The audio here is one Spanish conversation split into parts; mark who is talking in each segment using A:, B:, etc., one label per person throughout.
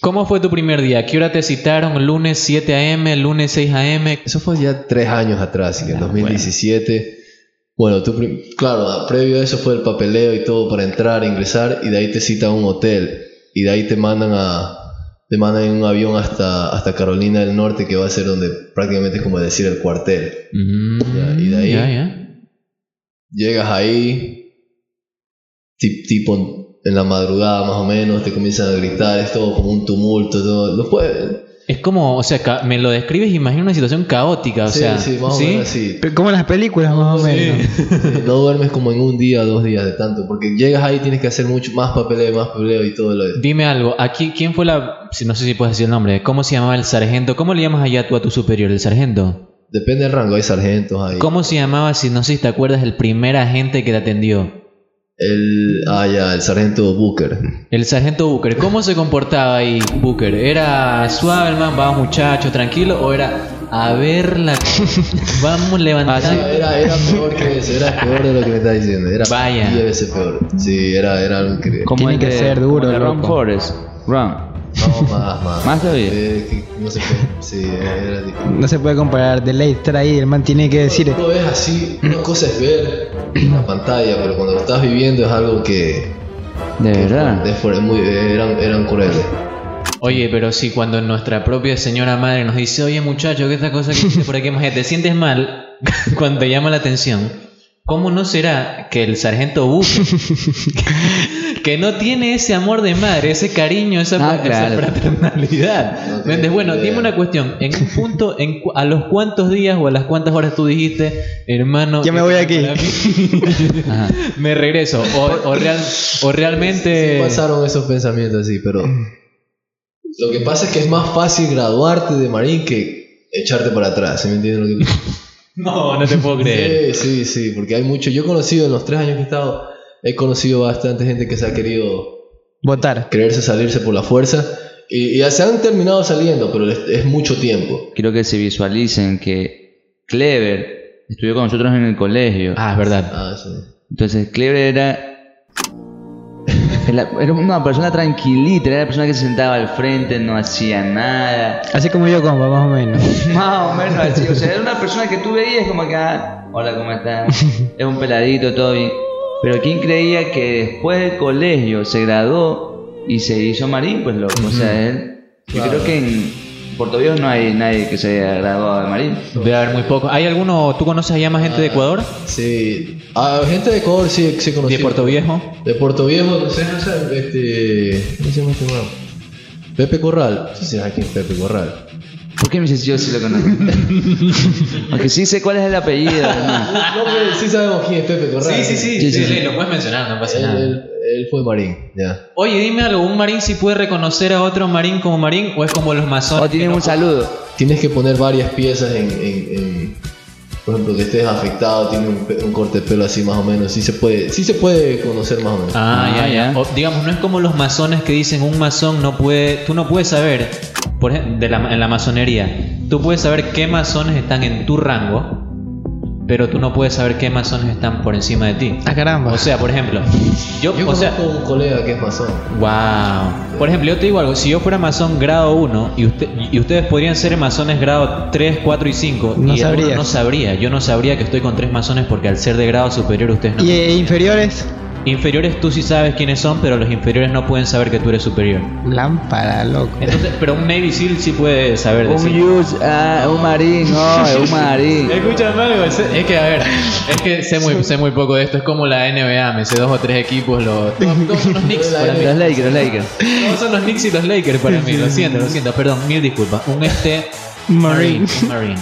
A: ¿Cómo fue tu primer día? ¿Qué hora te citaron? ¿Lunes 7 a.m., lunes 6 a.m.?
B: Eso fue ya tres años atrás,
A: Ah,
B: en el 2017. Bueno, tú prim- claro, previo a eso fue el papeleo y todo para entrar, ingresar, y de ahí te citan a un hotel. Y de ahí te mandan a te mandan en un avión hasta, hasta Carolina del Norte, que va a ser donde prácticamente es como decir el cuartel.
A: Mm,
B: y de ahí-
A: ya, ya.
B: Llegas ahí, ti- tipo en la madrugada más o menos, te comienzan a gritar, es todo como un tumulto, todo. Lo puede-
A: Es como, o sea, ca- me lo describes y imagino una situación caótica, o
B: sí,
A: sea,
B: sí, más o menos así.
C: Pe- Como las películas, más o menos.
B: Sí, no duermes como en un día, dos días de tanto, porque llegas ahí tienes que hacer mucho más papeleo, más papeleo y todo lo de...
A: Dime algo, aquí quién fue la si no sé si puedes decir el nombre, ¿cómo se llamaba el sargento? ¿Cómo le llamas allá tú a tu superior, el sargento?
B: Depende del rango, hay sargentos ahí.
A: ¿Cómo se llamaba si no sé si te acuerdas el primer agente que te atendió?
B: El, ah, ya, el sargento Booker.
A: El sargento Booker, ¿cómo se comportaba ahí Booker? ¿Era suave, hermano? Vamos, muchacho, tranquilo. ¿O era, a ver, la... vamos levantando?
B: Ah, Era, era peor que eso, era peor de lo que me estás diciendo. Era
A: Vaya.
B: 10 veces peor. Sí, era, era algo que...
C: Como Tiene
D: el
C: que
D: de-
C: ser
D: como
C: duro,
D: el de Ron
C: loco.
D: Forrest. Ron.
B: No, más, más.
D: Más todavía.
B: Eh, que- no sé qué. Sí, era... difícil.
C: No se puede comparar. De ley estar ahí, el man tiene que decir.
B: Tú lo ves así, una cosa es ver en la pantalla, pero cuando lo estás viviendo es algo que...
D: De verdad.
B: que fue- muy, eran, eran crueles.
A: Oye, pero sí, cuando nuestra propia señora madre nos dice, oye muchacho, que esta cosa que dice por aquí, mujer, te sientes mal cuando te llama la atención, ¿cómo no será que el sargento Booker, que no tiene ese amor de madre, ese cariño, esa,
D: Ah,
A: esa
D: claro.
A: fraternalidad?
B: No
A: ¿Me entiendes?
B: tiene
A: bueno,
B: idea.
A: dime una cuestión, en un punto, en cu- a los cuántos días o a las cuántas horas tú dijiste, hermano,
C: Ya me voy aquí.
D: Ajá.
A: me regreso, o, o real- o realmente...
B: pasaron esos pensamientos así, pero lo que pasa es que es más fácil graduarte de marín que echarte para atrás, ¿sí ¿me entiendes? lo que-
A: no, no te puedo creer.
B: Sí, sí, sí, porque hay mucho. Yo he conocido en los tres años que he estado, he conocido bastante gente que se ha querido
C: Votar.
B: creerse salirse por la fuerza y, y ya se han terminado saliendo, pero es, es mucho tiempo.
D: Quiero que se visualicen que Clever estudió con nosotros en el colegio.
A: Ah, es verdad.
B: Ah, sí.
D: Entonces Clever era. Era era una persona tranquilita, era la persona que se sentaba al frente, no hacía nada.
C: Así como yo compa, más o menos.
D: Más o menos así. O sea, era una persona que tú veías como que, ah, hola, ¿cómo estás? Es un peladito, todo bien. Pero ¿quién creía que después del colegio se graduó y se hizo marín? Pues loco, o sea, él. Yo creo que en Puerto Viejo no hay nadie que se haya graduado de marín.
A: Debe haber muy poco. ¿Hay alguno, tú conoces allá más
D: Ah,
A: gente de Ecuador?
B: Sí. Ah, gente de Ecuador sí, sí conocí.
A: ¿De Puerto Viejo?
B: De Puerto Viejo, no sé, no sé, este. ¿Cómo se llama este man? Pepe Corral. Sí, sí, aquí es Pepe Corral.
D: ¿Por qué me dices yo si lo conozco? Aunque sí sé cuál es el apellido, hermano.
B: No, pero sí sabemos quién es Pepe Corral.
D: Sí, sí, sí.
A: lo puedes mencionar, no
B: Él, él- él fue marín, ya.
A: Oye, dime algo, ¿un marín sí puede reconocer a otro marín como marín o es como los masones?
D: O tienen un saludo.
B: Tienes que poner varias piezas en, en- en- por ejemplo, que estés afectado, tiene un, pe- un corte de pelo así más o menos. Sí se puede, sí se puede conocer más o menos.
A: Ah,
D: Ah,
A: ya, ya.
D: ya.
A: O, digamos, no es como los masones que dicen un masón no puede, tú no puedes saber, por ejemplo, de la- en la masonería, tú puedes saber qué masones están en tu rango, pero tú no puedes saber qué masones están por encima de ti.
C: Ah, caramba.
A: O sea, por ejemplo, yo,
B: Yo
A: o sea,
B: conozco un colega que es masón.
A: Wow. Por ejemplo, yo te digo algo, si yo fuera masón grado 1 y, usted, y ustedes podrían ser masones grado 3, 4 y 5,
C: No
A: y alguno
C: sabría.
A: no sabría, yo no sabría que estoy con tres masones porque al ser de grado superior ustedes no.
C: y eh, inferiores,
A: Inferiores tú sí sabes quiénes son, pero los inferiores no pueden saber que tú eres superior.
C: lámpara, loco.
A: Entonces, pero un Navy SEAL sí puede saber
D: Un
A: decir.
D: yus, ah, un marín, oh, es un marín.
A: Escúchame algo, es es que a ver, es que sé muy, sé muy poco de esto, es como la NBA, me sé dos o tres equipos, los, todos son los Knicks para mí.
D: Los Lakers, los Lakers.
A: No, son los Knicks y los Lakers para mí. Lo siento, lo siento. Perdón, mil disculpas. Un este.
C: Marine.
A: un Marine.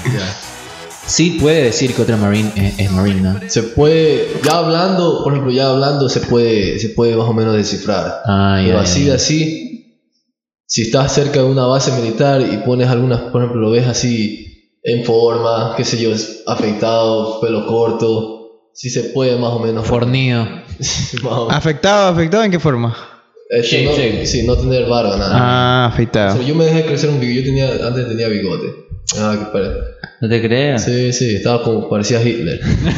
A: Sí puede decir que otro Marine es, es Marine, ¿no?
B: Se puede, ya hablando, por ejemplo, ya hablando se puede, se puede más o menos descifrar.
A: Ah, ya,
B: Pero
A: ya,
B: así
A: ya.
B: de así, si estás cerca de una base militar y pones algunas, por ejemplo, lo ves así en forma, qué sé yo, afeitado, pelo corto, si se puede más o menos.
A: Fornido.
B: más o-
C: ¿Afectado, afectado en qué forma?
B: Este,
A: Ah, Sí,
B: no,
A: sí.
B: sí, no tener barba, nada.
C: Ah,
B: O
C: afectado.
B: sea, yo me dejé crecer un bigote, yo tenía, antes tenía bigote. Ah, qué pare-
D: No te creas.
B: Sí, sí, estaba como, parecía Hitler.
A: Bueno,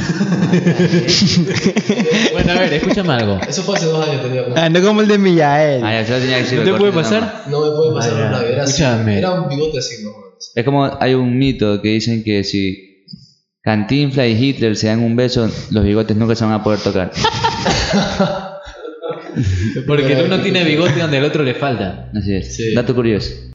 A: Pero a ver, escúchame algo.
B: Eso fue hace dos años, tenía como...
C: Ah, no como el de Millael.
D: Ah, ya, yo tenía que decir
A: ¿No
D: el
A: te puede
D: corte, no.
A: pasar?
B: No me puede pasar
A: Ah, ya.
B: un labio. Era, así,
A: Escúchame.
B: era un bigote así, más o menos.
D: Es como hay un mito que dicen que si Cantinfla y Hitler se dan un beso, los bigotes nunca se van a poder tocar.
A: Porque el uno tiene bigote donde el otro le falta.
D: Así es.
B: Sí.
D: Dato curioso.